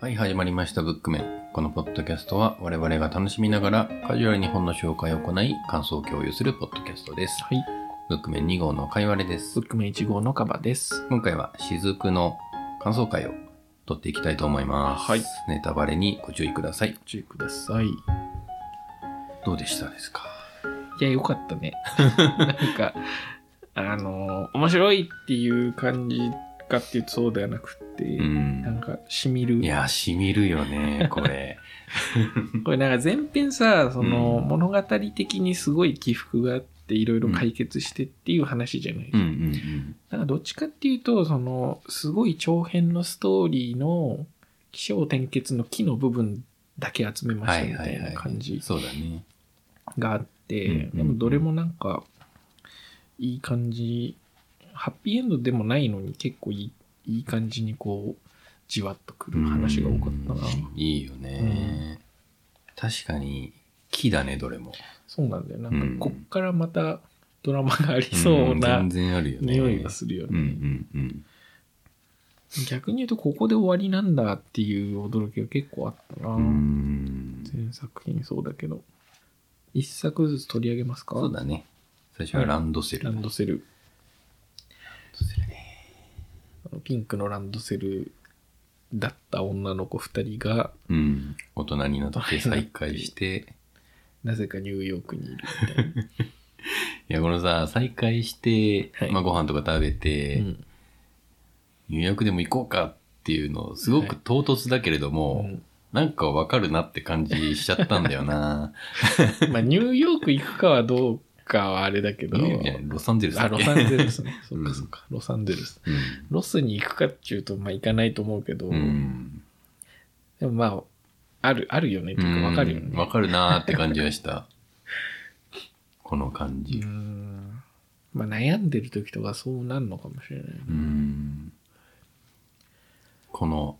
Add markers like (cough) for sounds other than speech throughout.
はい、始まりました、ブックメン。このポッドキャストは、我々が楽しみながら、カジュアルに本の紹介を行い、感想を共有するポッドキャストです。はい。ブックメン2号のかいわれですブ。ックメン1号のカバです。今回は、雫の感想会を撮っていきたいと思います。はいネタバレにご注意ください。注意ください。いどうでしたですかや、よかっ (laughs) たね。なんか、あのー面白いっていう感じかっていうとそうではなくて、うんなんか、しみる。いや、しみるよね、これ。これなんか前編さ、その、うん物語的にすごい起伏があって、いろいろ解決してって (laughs) いう話じゃない。うんうんなんかどっちかっていうと、その、すごい長編のストーリーの、起承転結の木の部分だけ集めうん。まはしたいみはたいいは。ない感じそうだね。があって、うんでもどれもなんかいい感じハッピーエンドでもないのに結構いいいい感じにこうじわっとくる話が多かったな、うんいいよね。確かに、木だね、どれも。そうなんだよなんかうんこっからまたドラマがありそうなん全然あるよね。匂いがするよね、うんうんうん。逆に言うとここで終わりなんだっていう驚きが結構あったな、うん全作品そうだけど一作ずつ取り上げますかそうだね。最初はランドセル。ランドセルドセルね。あのピンクのランドセルだった女の子2人がうん。大人になって再会して。なぜかニューヨークにいるみたいな。いや、このさ、再会して、はいまあご飯とか食べて、うんニューヨークでも行こうかっていうの、すごはくい唐突だけれども、なんかわかるなって感じしちゃったんだよ (laughs) な。うんまあニューヨーク行くかはどうかはあれだけどニューヨークじゃないロサンゼルスだあっけロサンゼルスねそっうんかそっかロサンゼルスうんロスに行くかっていうとまあ行かないと思うけど、うん。でもまああるあるよねっていうかわかるようんねわかるなーって感じがした。この感うじ。んまあ悩んでる時とかそうなんのかもしれない、うん。この、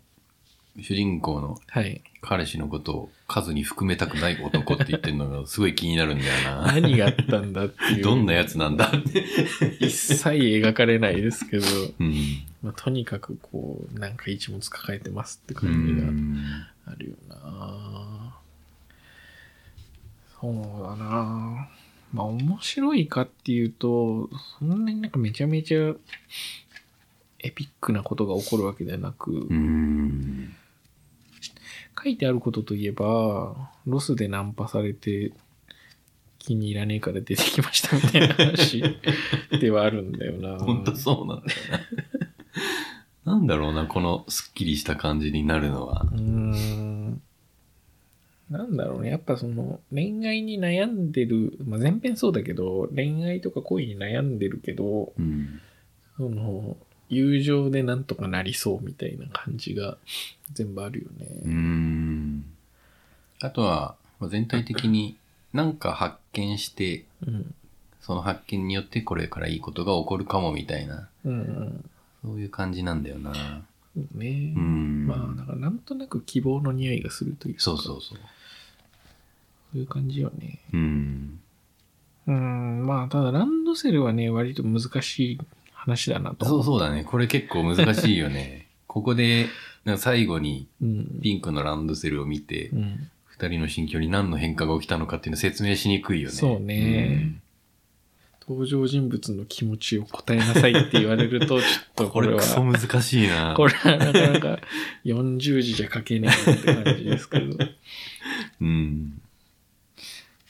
主人公のはい彼氏のことを数に含めたくない男って言ってるのがすごい気になるんだ (laughs) よな。何があったんだっていう (laughs) どんなやつなんだって。一切描かれないですけど、 (laughs) うん。まあ、とにかくこうなんか一物抱えてますってう感じがんあるよなそうだなまあ面白いかっていうとそんなになんかめちゃめちゃエピックなことが起こるわけではなく、うん。書いてあることといえばロスでナンパされて気に入らねえから出てきましたみたいな話ではあるんだよ (laughs) なほんとそうなんだよな。 (laughs) なんだろうな、このスッキリした感じになるのは。うーんなんだろうね。やっぱその恋愛に悩んでる、まあ、前編そうだけど、恋愛とか恋に悩んでるけど、うん。その友情でなんとかなりそうみたいな感じが全部あるようね。ん。あとは、まあ全体的になんか発見して、うん。その発見によってこれからいいことが起こるかもみたいな、うん、そういう感じなんだよな。うん。ね。うん。まあ、だからなんとなく希望の匂いがするというかそうそうそう。そういう感じよね。うん。うん。まあ、ただランドセルはね、割と難しい話だなと。そうそうだね。これ結構難しいよね。 (laughs) ここで、なんか最後にうん。ピンクのランドセルを見てう、ん。二人の心境に何の変化が起きたのかっていうの説明しにくいよね。そうね登場人物の気持ちを答えなさいって言われるうと、ちょっん。と (laughs) ここれれはク、ソ難しいな。 (laughs) これはなかなか40字じゃ書けねえなって感じですけ (laughs) ど。うん。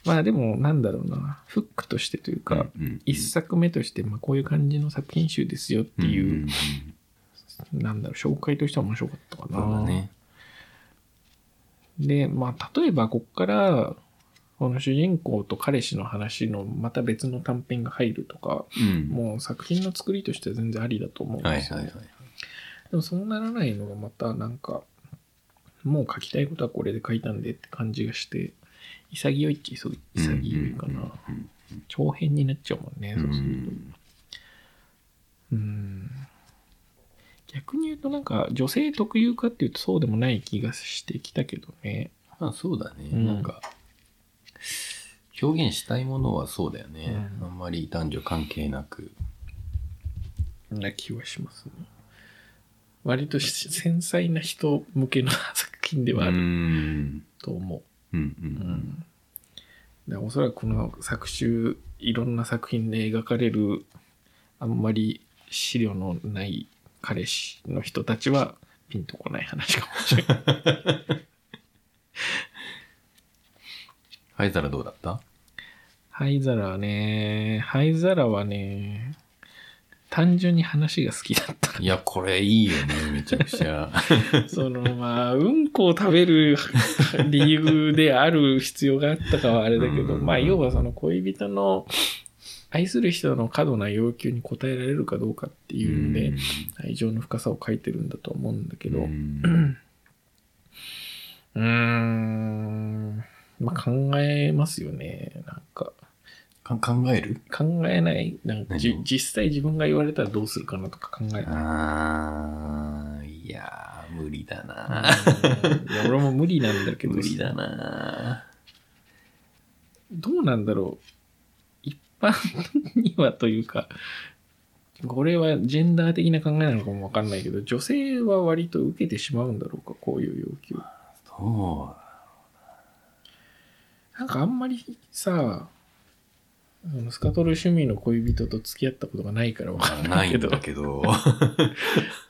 まあでも、なんだろうな、フックとしてといううんうか、ん一作目として、まあこういう感じの作品集ですよってんいんう、なんだろう、紹介としては面白かったかそな。うだね。で、まあ例えばこっから、この主人公と彼氏の話のまた別の短編が入るとか、うん。もう作品の作りとしては全然ありだと思うんはいですよはいねはい。でもそうならないのがまたなんか、もう書きたいことはこれで書いたんでって感じがして、潔いっちゃ潔いかな。うん長編になっちゃうもんね、うそうすると。ん。うん。逆に言うとなんか女性特有かっていうとそうでもない気がしてきたけどね。まあそうだね。うんなんか、表現したいものはそうだよね。うんあんまり男女関係なく。な気はしますね。割とし繊細な人向けの作品でうはあーるん。と思うんう。う。うんん。だからおそらくこの作集、いろんな作品で描かれる、あんまり資料のない彼氏の人たちは、ピンとこない話かもしれない。灰皿どうだ (laughs) った灰皿はね、灰皿はね、単純に話が好きだ (laughs) った。いや、これいいよね、めちゃくちゃ。そのまあ、うんこを食べる理由である必要があったかはあれだけど、うんまあ、要はその恋人の愛する人の過度な要求に応えられるかどうかってういうので、愛情の深さを書いてるんだと思うんだけど、ううんーん、まあ、考えますよね、なんか。か考える考えない、なんかじ何実際自分が言われたらどうするかなとか考える。あー、いやー、無理だな。うんいや俺も無理なんだけど無理だな。どうなんだろう一般にはというかこれはジェンダー的な考えなのかもわかんないけど女性は割と受けてしまうんだろうかこういう要求そなんかあんまりさあのスカトル趣味の恋人と付き合ったことがない (laughs) からわかんう。なないいけんどだけ (laughs) ど。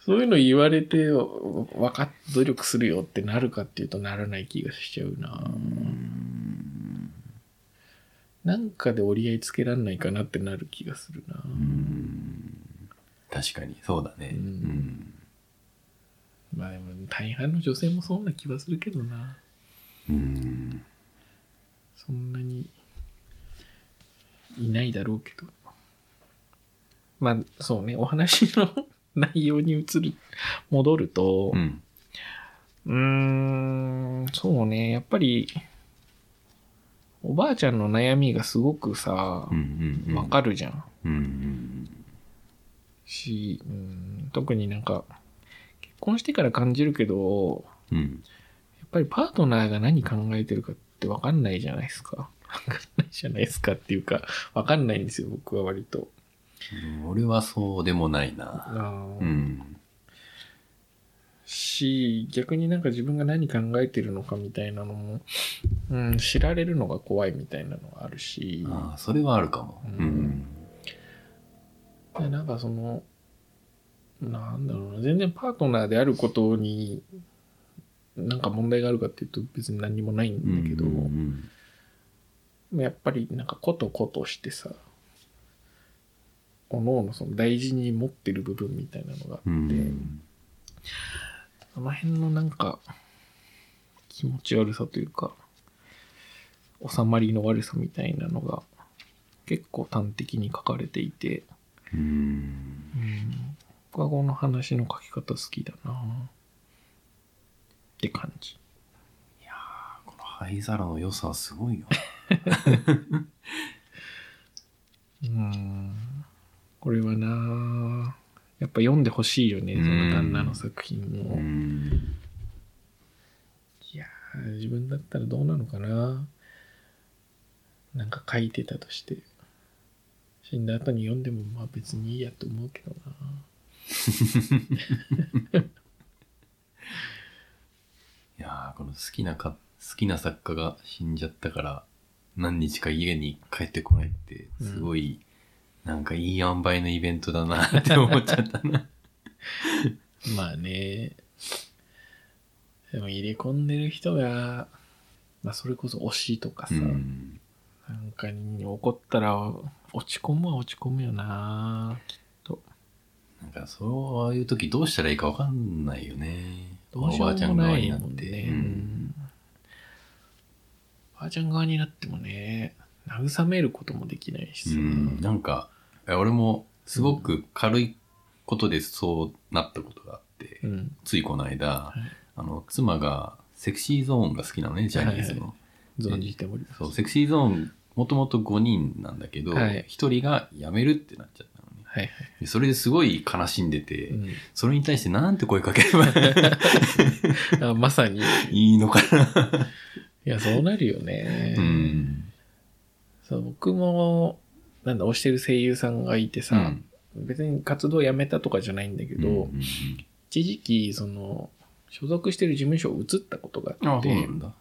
そういうの言われておわかっ努力するよってなるかっていうとならない気がしちゃうなうんなんかで折り合いつけらんないかなってなる気がするなうん確かに、そうだね。うんうんまあでも大半の女性もそうな気はするけどなうんそんなにいないだろうけどまあそうねお話の (laughs) 内容に移る戻るとうんうーんそうねやっぱりおばあちゃんの悩みがすごくさうんうんわかるじゃんうんしうん特になんか結婚してから感じるけどうんうんやっぱりパートナーが何考えてるかって分かんないじゃないですか。分かんないじゃないですかっていうか、分かんないんですよ、僕は割と。うん俺はそうでもないな。うんし、逆になんか自分が何考えてるのかみたいなのも、うん、知られるのが怖いみたいなのはあるし、ああそれはあるかも。うんでなんかその、なんだろうな、全然パートナーであることに、なんか問題があるかっていうと別に何もないんだけど、うんうんやっぱりなんかことことしてさおのおのその大事に持ってる部分みたいなのがあって、うんその辺のなんか気持ち悪さというか収まりの悪さみたいなのが結構端的に書かれていて、うんうん、僕はこの話の書き方好きだなって感じ。この灰皿の良さはすごいよ。うんこれはなやっぱ読んでほしいよねその旦那の作品を。うんいやー自分だったらどうなのかななんか書いてたとして死んだ後に読んでもまあ別にいいやと思うけどないやーこの好きなか好きな作家が死んじゃったから何日か家に帰ってこないってすごい、なんかいい塩梅のイベントだな (laughs) って思っちゃったな。まあねでも入れ込んでる人が、まあ、それこそ推しとかさ、うんなんかに怒ったら落ち込むは落ち込むよななんかそういう時どうしたらいいかわかんないよね。どうしよおばうもないもんあちゃん側ねにうなってんおばあちゃん側になってもね慰めることもできないしうさ、ん、なんかいや俺もすごく軽いことでそうなったことがあって、うんついこの間、いあの妻がセクシーゾーンが好きなのねジャニーズの、存じております。そうセクシーゾーンもともと5人なんだけど、はい一1人が辞めるってなっちゃったのねはいでそれですごい悲しんでて、はそれに対してなんて声かければい。あまさに。いいいのかな、や、そうなるよね。うんそう僕も、なんだ、推してる声優さんがいてさ、別に活動やめたとかじゃないんだけうんど、うん一時期、その、所属してる事務所を移ったことがああっそうなて、んだ。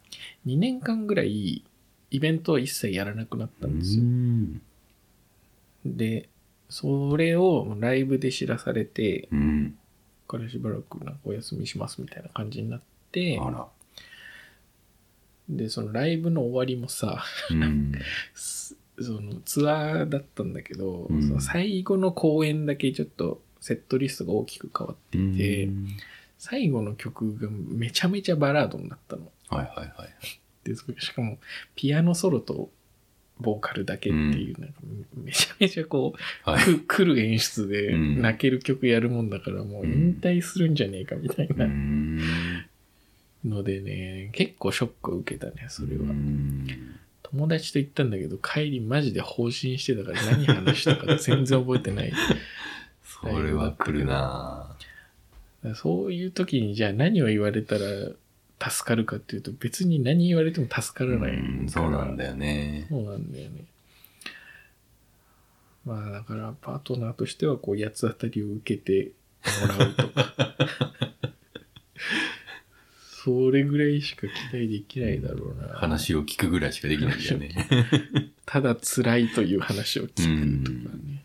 2年間ぐらい、イベントを一切やらなくなったうんですよ。ん。で、それをライブで知らされて、うん。これしばらくなんかお休みしますみたいな感じになって、あら。で、そのライブの終わりもさ、 (laughs) うん。すそのツアーだったんだけど、うんその最後の公演だけちょっとセットリストが大きく変わって、でうん最後の曲がめちゃめちゃバラードになったの。はいはいはい。でそしかもピアノソロとボーカルだけっていう、なんかめちゃめちゃこう、はい。く来る演出でうん。泣ける曲やるもんだからもう引退するんじゃねえかみたいうなんのでね、結構ショックを受けたねそれは、うん友達と行ったんだけど帰りマジで放心してたから何話したか全然覚えてない (laughs) だかそれは来るならそういう時にじゃあ何を言われたら助かるかっていうと別に何言われても助からないからうんそうなんだよね。そうなんだよね。まあだからパートナーとしてはこう八つ当たりを受けてもらうとか。それぐらいしか期待できないだろうな。話を聞くぐらいしかできないんだよね。ただ辛いという話を聞くとかね。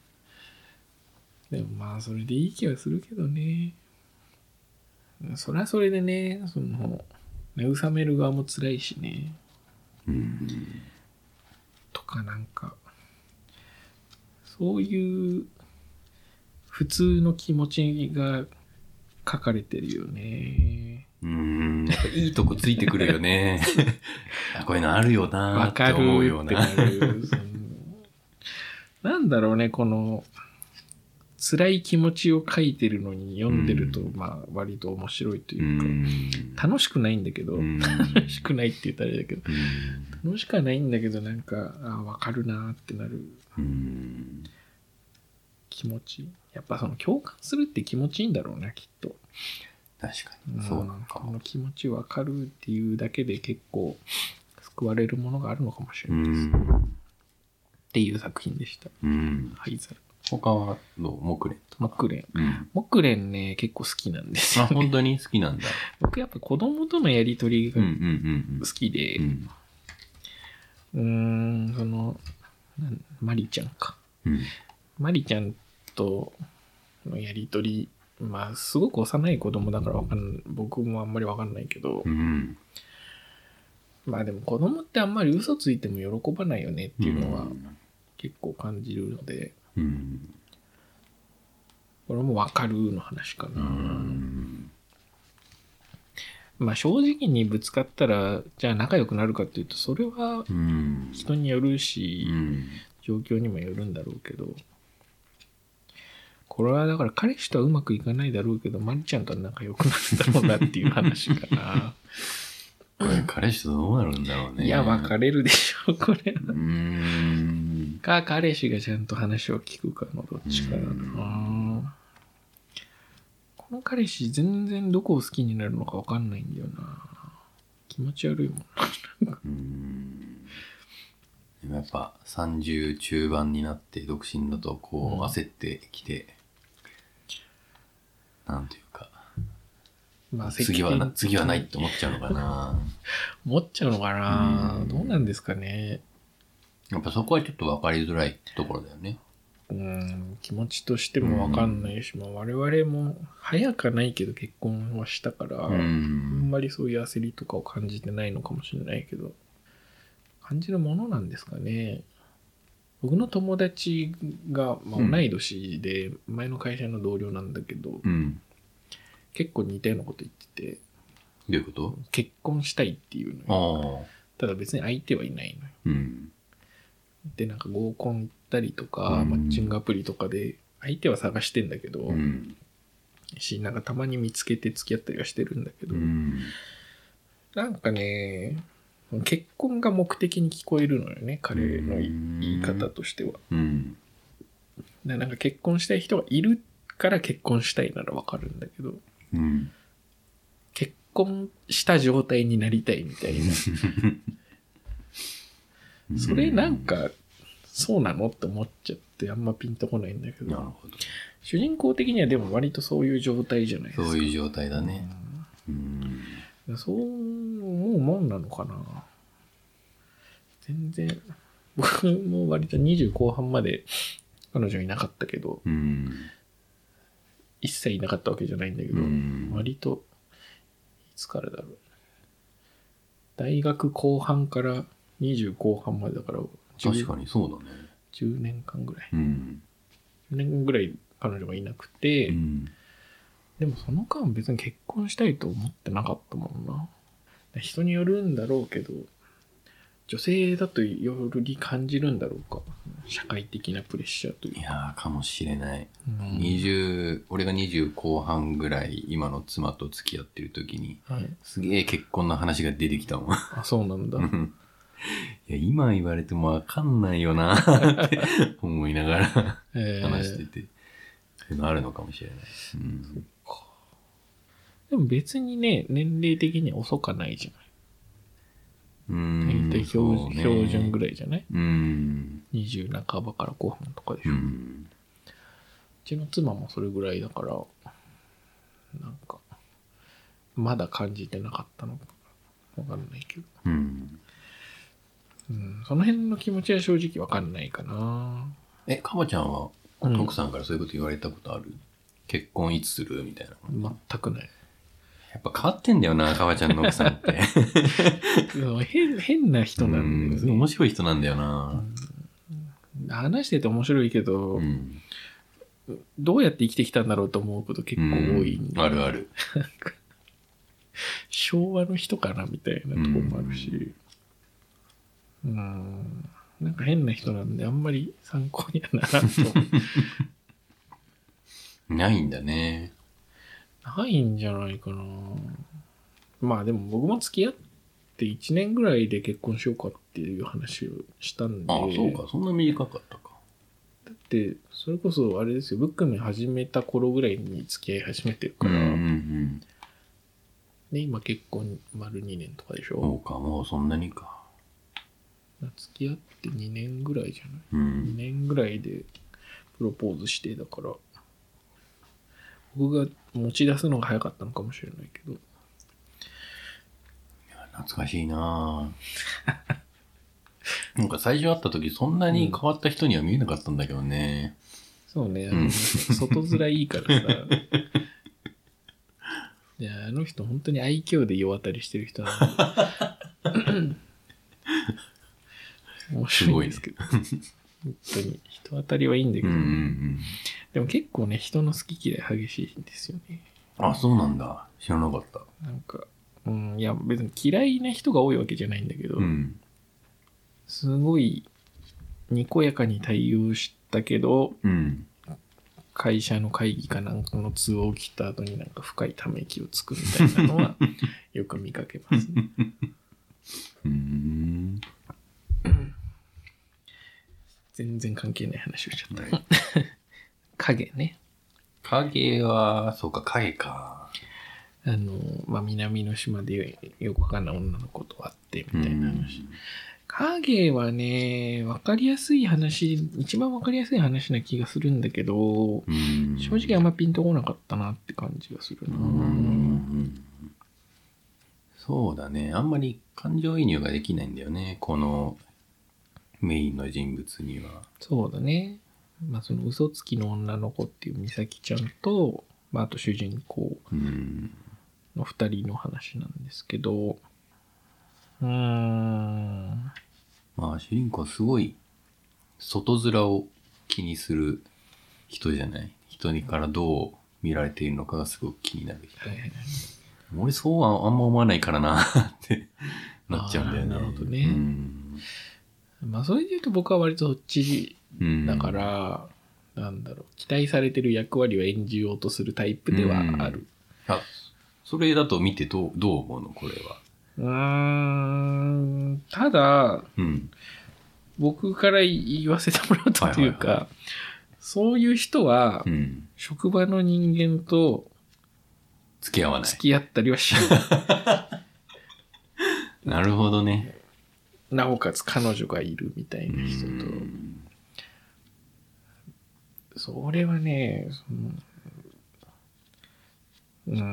でもまあそれでいい気はするけどね。それはそれでね、その、慰める側も辛いしね。 (laughs) うん。とかなんかそういう普通の気持ちが書かれてるよねうん。やっぱいいとこついてくるよ (laughs) ね。あこういうのあるよなっわてかる思うよっうてな。なるそのなんだろうねこの辛い気持ちを書いてるのに読んでると、うんまあ割と面白いとういうか、ん。楽しくないんだけど、うん楽しくないって言ったらあれだけどうん楽しくはないんだけどなんかあわかるなってなるうん気持ちやっぱその共感するって気持ちいいんだろうなきっと、確かに。そうなのかこも。の気持ちわかるっていうだけで結構救われるものがあるのかもしうれないです、っん。ていう作品でしたうん。ハイザル他はどう木蓮とか。木蓮うん。木蓮ね結構好きなんですあ、よ、本当に好きなんだ。僕やっぱ子供とのやりとりうがんうん好きでうんうん。うーんんそのなんマリちゃんかうん。マリちゃんとのやりとりまあすごく幼い子供だからわかん僕もあんまりわかんないけど、うん。まあでも子供ってあんまり嘘ついても喜ばないよねっていうのは結構感じるので、うん。これもわかるの話かうな。ん。まあ正直にぶつかったら、じゃあ仲良くなるかっていうと、それはうん。人によるし、うん。状況にもよるんだろうけど、これはだから彼氏とはうまくいかないだろうけど、マリちゃんとは仲良くなるだろうなっていう話か (laughs) な。これ彼氏とどうなるんだろうね。いや、別れるでしょ、 (laughs) これは。うん。か、彼氏がちゃんと話を聞くかのどっちかだうんな。この彼氏全然どこを好きになるのか分かんないんだよな。気持ち悪いもん。うん。でもやっぱ30中盤になって独身だとこう焦ってきて、なんていうか、まあ、次は世間な、的に次はないって思っちゃうのかな。思っちゃうのかなう。んどうなんですかね。やっぱそこはちょっと分かりづらいところだよね。うん、気持ちとしても分かんないし、まあ我々も早かないけど結婚はしたから、うあんん。まりそういう焦りとかを感じてないのかもしれないけど、感じるものなんですかね。僕の友達が、まあ、うん同い年で、前の会社の同僚なんだけど、うん。結構似たようなこと言ってて、どういうこと結婚したいっていうのよ。ああ。ただ別に相手はいないのよ。うん。で、なんか合コン行ったりとか、うんマッチングアプリとかで、相手は探してんだけど、うん。し、なんかたまに見つけて付き合ったりはしてるんだけど、うん。なんかね、結婚が目的に聞こえるのよね、彼のいうん言い方としては。うん。でなんか結婚したい人がいるから結婚したいならわかるんだけど、うん。結婚した状態になりたいみたいな。それなんか、そうなのって思っちゃって、あんまピンとこないんだけなるど、ほど。主人公的にはでも割とそういう状態じゃないですか。そういう状態だね。うん。うん。そう思うもんなのかな。全然、 (laughs) 僕も割と20後半まで彼女いなかったけど、うん。一切いなかったわけじゃないんだけうど、ん。割と、いつからだろう。大学後半から20後半までだから確 10, かにそうだね。 10年間ぐらい。うん。 10年ぐらい彼女がいなくて、うん。でもその間別に結婚したいと思ってなかったもんな。人によるんだろうけど、女性だとより感じるんだろうか。社会的なプレッシャーといういか。やー、かもしれない。うん20、俺が20後半ぐらい、今の妻と付き合ってる時に、はい、すげえ結婚の話が出てきたもん。あ、そうなんだ。うんいや、今言われてもわかんないよなって思いながらえー話してて、そういうのあるのかもしれない。うん、でも別にね、年齢的に遅かないじうゃない。ん大体標準,、標準ぐらい。らいじゃないうん。 ?20 半ばから後半とかでしう。ょ。うんちの妻もそれぐらいだから、なんか、まだ感じてなかったのかわかんないけど。うん。うん、その辺の気持ちは正直わかんないかな。え、かばちゃんは、うん奥さんからそういうこと言われたことある結婚いつするみたいな。全 (laughs) くない。やっぱ変わってんだよな、かばちゃんの奥さんって。 (laughs) うん変変な人なんだよすごいね面。白い人なんだよな。話してて面白いけど、うん。どうやって生きてきたんだろうと思うこと結構多い、うんあるある。昭和の人かなみたいなとこもあるし。うん、なんか変な人なんであんまり参考にはならんと思ないんだね。う。ないんじゃないかな。まあでも僕も付き合って1年ぐらいで結婚しようかっていう話をしたんで。あ、そうか。そんな短かったか。だってそれこそあれですよブックメン始めた頃ぐらいに付き合い始めてるから、うんうんで今結婚丸2年とかでしうん、そょうかもうそんなにか付き合って2年ぐらいじゃなうい2ん年ぐらいでプロポーズしてだから僕が持ち出すのが早かったのかもしれないけど懐かしい (laughs) なぁなんか最初会った時そんなに変わった人には見えなかったんだけどね、そうね、あうのん外面いいから (laughs) さいやあの人本当に愛嬌で世渡りしてる人なの (laughs) 面白いんですけど本当に人当たりはいいんだけうど、ん、うんうんでも結構ね人の好き嫌い激しいんですよねあそうなんだ知らなかったなんかうんいや別に嫌いな人が多いわけじゃないんだけど、うんすごいにこやかに対応したけどうん会社の会議かなんかの通話を切った後になんか深いため息をつくみたいな (laughs) のはよく見かけますね、うーん全然関係ない話をしちゃった。はい影ね。影はそうか影かあの、まあ、南の島でよくわかんない女の子と会ってみたいな話。影はね、わかりやすい話、一番わかりやすい話な気がするんだけど、うん正直あんまピンとこなかったなって感じがするな。うんうんそうだねあんまり感情移入ができないんだよねこのメインの人物にはそうだね。まあ、その嘘つきの女の子っていう美咲ちゃんと、まあ、あと主人公うんの二人の話なんですけど、うーん。まあ主人公はすごい外面を気にする人じゃない人にからどう見られているのかがすごく気になる人はいはいはい俺そうはあんま思わないからなってなっちゃうんだよねあーなるほどねうんまあそれで言うと僕は割とそっちうんだから、なんだろう期待されてる役割を演じようとするタイプではあるあそれだと見てどうどう思うのこれはうーんただうん僕から言わせてもらうとはいとはいいはいうか、そういう人はうん職場の人間と付き合わない付き合ったりはしない、なるほどねなおかつ彼女がいるみたいうな人とんそれはね、そのうー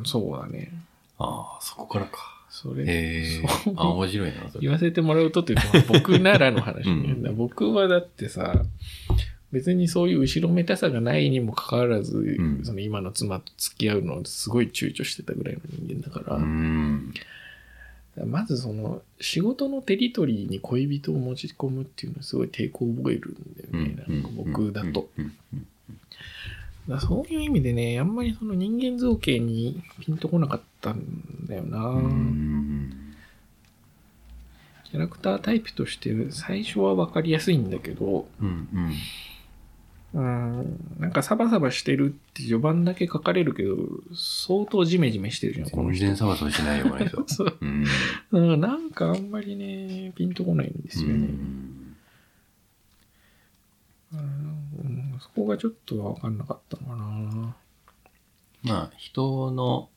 ん、そうだね。ああ、そこからか。それ、へえそう。あ、面白いな、そ言れ。わせてもらうとというか、まあ僕ならの話、ね (laughs) うんだから僕はだってさ、別にそういう後ろめたさがないにもかかわらず、んその今の妻と付き合うのをすごい躊躇してたぐらいの人間だから、うーん。まずその仕事のテリトリーに恋人を持ち込むっていうのはすごい抵抗を覚えるんだよね、なんか僕だと。うん。うんだからそういう意味でね、あんまりその人間造形にピンとこなかったんだよな。うんうんキャラクタータイプとして最初は分かりやすいんだけど、うんうんうん、なんかサバサバしてるって序盤だけ書かれるけど、相当ジメジメしてるじゃん、この全人。。然サバサバしないよ、この人 (laughs) そううん。うんなんかあんまりね、ピンとこないんですよね。うんそこがちょっと分かんなかったのかな。まあ、人の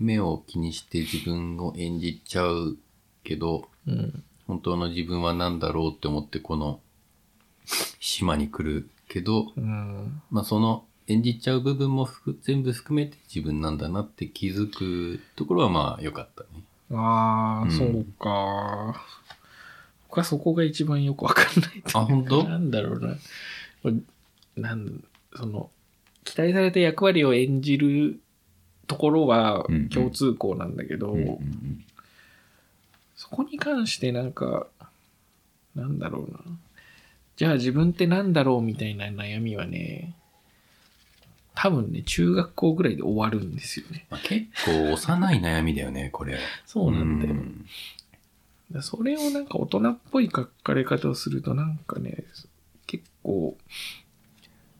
目を気にして自分を演じちゃうけど、うん。本当の自分は何だろうって思って、この島に来るけど、うん。まあ、その演じちゃう部分も含全部含めて自分なんだなって気づくところはまあ良かったね。ああ、うんそうか。僕はそこが一番よく分かんないとあ、本当なんだろうな。これなんその、期待された役割を演じるところはうんうん共通項なんだけど、うんうんそこに関してなんか、なんだろうな。じゃあ自分ってなんだろうみたいな悩みはね、多分ね、中学校ぐらいで終わるんですよね。まあ、結構幼い悩みだよね、これ。そうなんだよ。んだからそれをなんか大人っぽい書かれ方をするとなんかね、結構、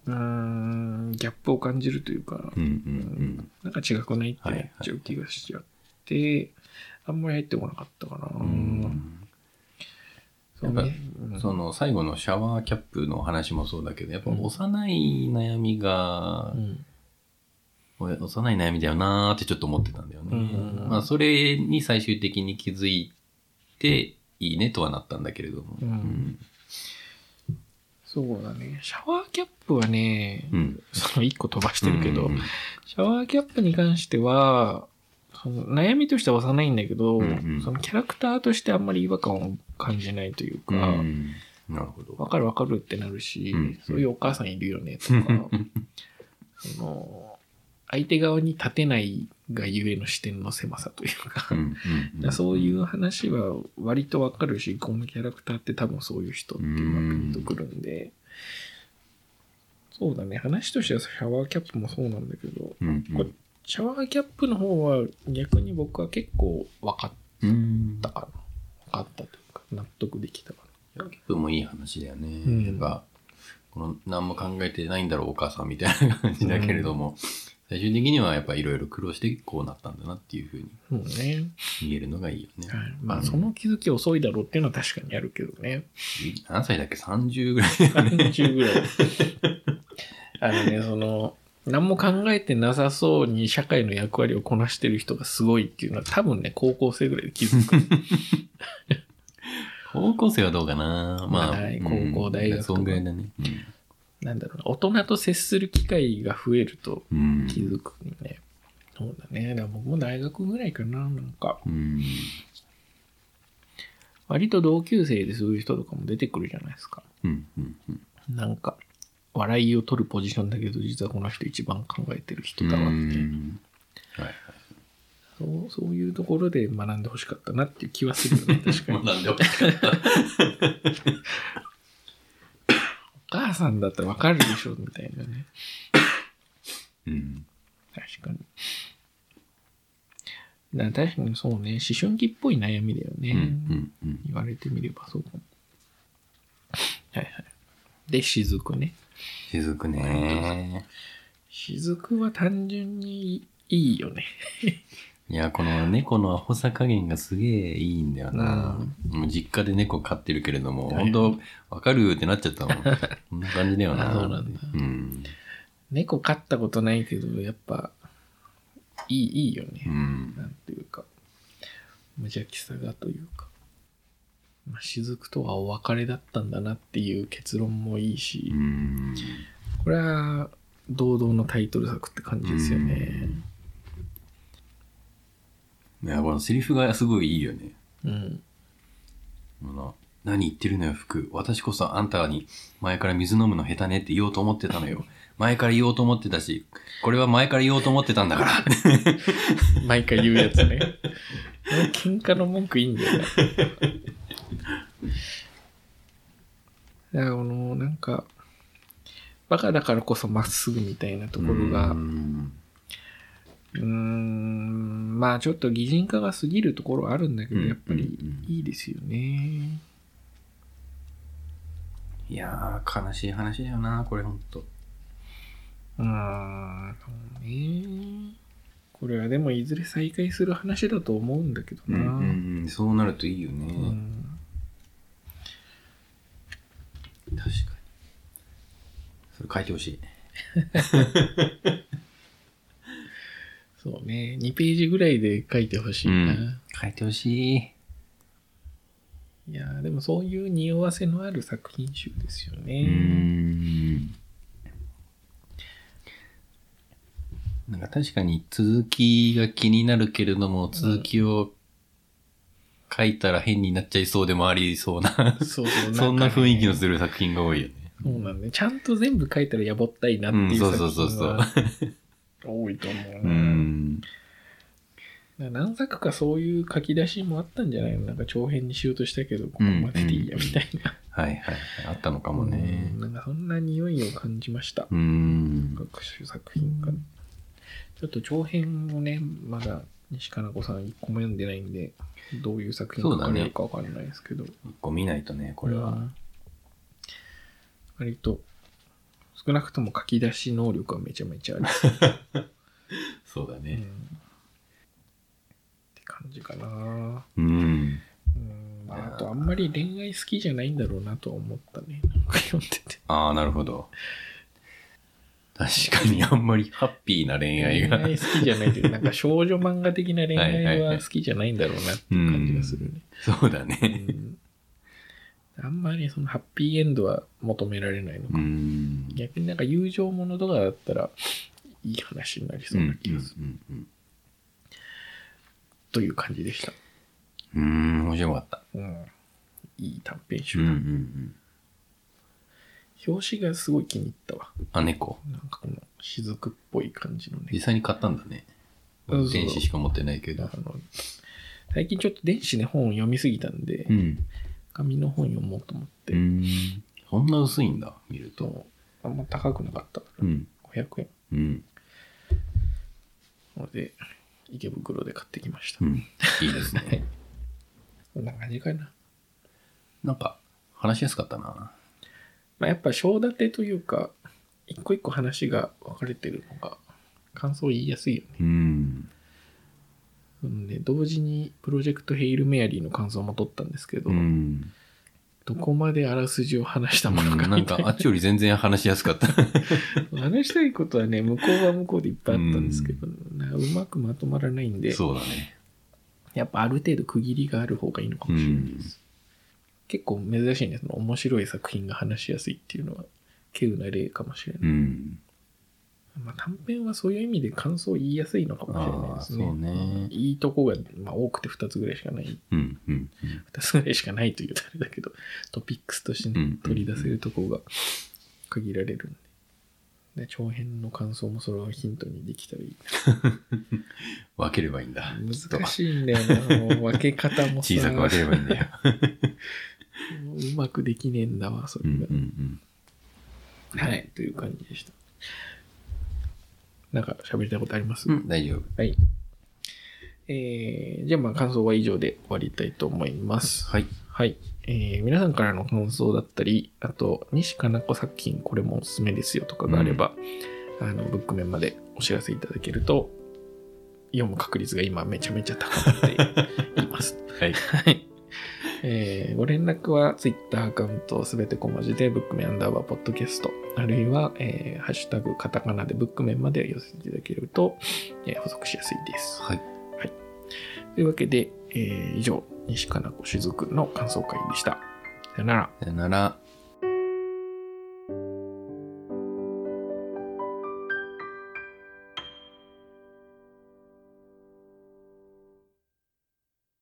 うーん、ギャップを感じるというかう、んうんなんか違くないってなっちゃう気がしちゃって、あんまり入ってこなかったかな。うん。うんそうね。うんその最後のシャワーキャップの話もそうだけど、やっぱ幼い悩みがう、んお幼い悩みだよなーってちょっと思ってたんだよね。うんまあそれに最終的に気づいて、いいねとはなったんだけれども。うんそうだね。シャワーキャップはね、うん。うん。その1個飛ばしてるけど、うんシャワーキャップに関しては、その悩みとしては幼いんだけど、うんうんそのキャラクターとしてあんまり違和感を感じないというか、うわ、んなるほど。かるわかるってなるし、うんそういうお母さんいるよねとか、 (laughs) その、相手側に立てないがゆえの視点の狭さというか、うんだからそう (laughs) いう話は割とわかるし、このキャラクターって多分そういう人っていうのがピンとくるんで、そうだね、話としてはシャワーキャップもそうなんだけど、うんうんこシャワーキャップの方は逆に僕は結構分かっうんたかな。分かったというか、納得できたかシャワーキャップもいい話だよね。んなんか、この何も考えてないんだろうお母さんみたいな感じだけれども、最終的にはやっぱいろいろ苦労してこうなったんだなっていうふうにな。もうね。言えるのがいいよね。はい、まあ、その気づき遅いだろうっていうのは確かにあるけどね。何歳だっけ ?30 ぐらい。 30ぐらい。 (laughs) あのね、その、何も考えてなさそうに社会の役割をこなしてる人がすごいっていうのは多分ね、高校生ぐらいで気づく。 (laughs) 高校生はどうかなまあ、はいうん高校大学とかそんぐらいだね。なんだろうな、大人と接する機会が増えるとうん。気づくよね。そうだね。だから僕も大学ぐらいかな、なんか。うん。割と同級生でそういう人とかも出てくるじゃないですか。うん。うん。なんか、笑いを取るポジションだけど、実はこの人一番考えてる人だわっていう。うんはいはい。そうそういうところで学んでほしかったなっていう気はするよね、確かに。学んでほしかった。お母さんだったらわかるでしょ、みたいなね。うん。確かに。だから確かにそうね、思春期っぽい悩みだよね。うん。うん。うん。言われてみればそうかも。はいはい。で、雫ね。雫ね。雫は単純にいいよね。いや、この猫のアホさ加減がすげえいいんだよな。もう実家で猫飼ってるけれども、はい本当わかるってなっちゃったもん。こんな感じだよな。あ (laughs) そうなんだうん。猫飼ったことないけど、やっぱ、いい、いいようね。んなんていうか、無邪気さがというか。まあ、雫とはお別れだったんだなっていう結論もいいし、うん。これは堂々のタイトル作って感じですよね。いや、このセリフがすごいいいよね。うん。この何言ってるのよ、福。私こそあんたに前から水飲むの下手ねって言おうと思ってたの (laughs) よ。前から言おうと思ってたし、これは前から言おうと思ってたんだ (laughs) から。毎回言うやつ (laughs) ね。この喧嘩の文句いいんだよね。いや、この、なんか、バカだからこそまっすぐみたいなところが、ううんーん、まあちょっと擬人化が過ぎるところはあるんだけど、うんやっぱりうんいいですよね。いやー、悲しい話だよな、これほんと。うーん、そうね。これはでもいずれ再開する話だと思うんだけどうな。んうんうん、そうなるといいよね。うん確かに。それ書いてほしい。そうね。2ページぐらいで書いてほしいな。うん書いてほしい。いやーでもそういう匂わせのある作品集ですようーね。んなんか確かに続きが気になるけれども、続きを書いたら変になっちゃいそうでもありそうな、そうそうそんなかね雰囲気のする作品が多いよね。そうなんだね。ちゃんと全部書いたらやぼったいなっていううん作そうそうそう品そうが多いと思ううな。ん。だから何作かそういう書き出しもあったんじゃないのなんか長編にしようとしたけど、ここまででいいやみたいな。はいはい。あったのかもねうん。なんかそんな匂いを感じました。うん。各種作品が。ちょっと長編をね、まだ西加奈子さん1個も読んでないんで、どういう作品そうだが書ねかれるかわかんないですけど、一個見ないとね、これうは。ん割と、少なくとも書き出し能力はめちゃめちゃある。そうだうんっね。て感じかな。うん。うん、まあ、あとあんまり恋愛好きじゃないんだろうなとは思ったね。なんか読んでて。ああ、なるほど。確かにあんまりハッピーな (laughs) 恋愛が。好きじゃないという、なんか少女漫画的な恋はい愛はいははい好きじゃないんだろうなっていう感じがするね。そうだね。うんあんまりそのハッピーエンドは求められないのか。うん。逆になんか友情ものとかだったらいい話になりそうな気がする。うんうんという感じでした。うん、うーん面白かった。うん。いい短編集。うんうんうん。表紙がすごい気に入ったわ。あ、猫。なんかこの雫っぽい感じの実ね。際に買ったんだね。うん電子しか持ってないけあど。の最近ちょっと電子で本を読みすぎたんで、うん。紙の本読もうと思って、うーん。そんな薄いんだ、見るそと。うあんま高くなかったかうん。ら、500円。うん。ので、池袋で買ってきましたう。ん。いいですはいね。こんな感じかな。 (laughs) なんか、話しやすかったな。まあ、やっぱ章立てというか、一個一個話が分かれてるのが、感想言いやすいよね。うん。うんで、同時にプロジェクトヘイル・メアリーの感想も取ったんですけど、うん。どこまであらすじを話したものかなんみたかい、な。あっちより全然話しやす (laughs) かった。話したいことはね、向こうは向こうでいっぱいあったんですけど、なうまくまとまらないんで、そうだね。やっぱある程度区切りがある方がいいのかもしれないです。結構珍しいね、その面白い作品が話しやすいっていうのは、稀有な例かもしれない。うん。まあ、短編はそういう意味で感想を言いやすいのかもしれないああ、ですそうね。ね。いいとこが、まあ、多くて2つぐらいしかない、うん。うん。 2つぐらいしかないというとあれだけど、 (laughs) トピックスとして、うんうんうねん、取り出せるとこが限られるんで。で長編の感想もそれをヒントにできたらいい分ければいいんだ。な。ちょっと難しいんだよな、もう分け方もさ小さく分ければいいんだよ。もううまくできねえんだわ、そうんれうが。んはい、という感じでした。なんか喋りたいことあります、うん。うん、大丈夫。はい。えー、じゃあまあ感想は以上で終わりたいと思います。はい。はい。えー、皆さんからの感想だったり、あと、西加奈子作品これもおすすめですよとかがあれば、あの、ブックメンまでお知らせいただけると、読む確率が今めちゃめちゃ高まって (laughs) います。はい。はい。えーご連絡は Twitter アカウントすべて小文字で、ブックメンアンダーバーポッドキャスト、あるいは、えーハッシュタグカタカナでブックメンまで寄せていただけると、えー補足しやすいです。はい。というわけで、えー以上、西加奈子しずくの感想会でした。さよなら。さよなら。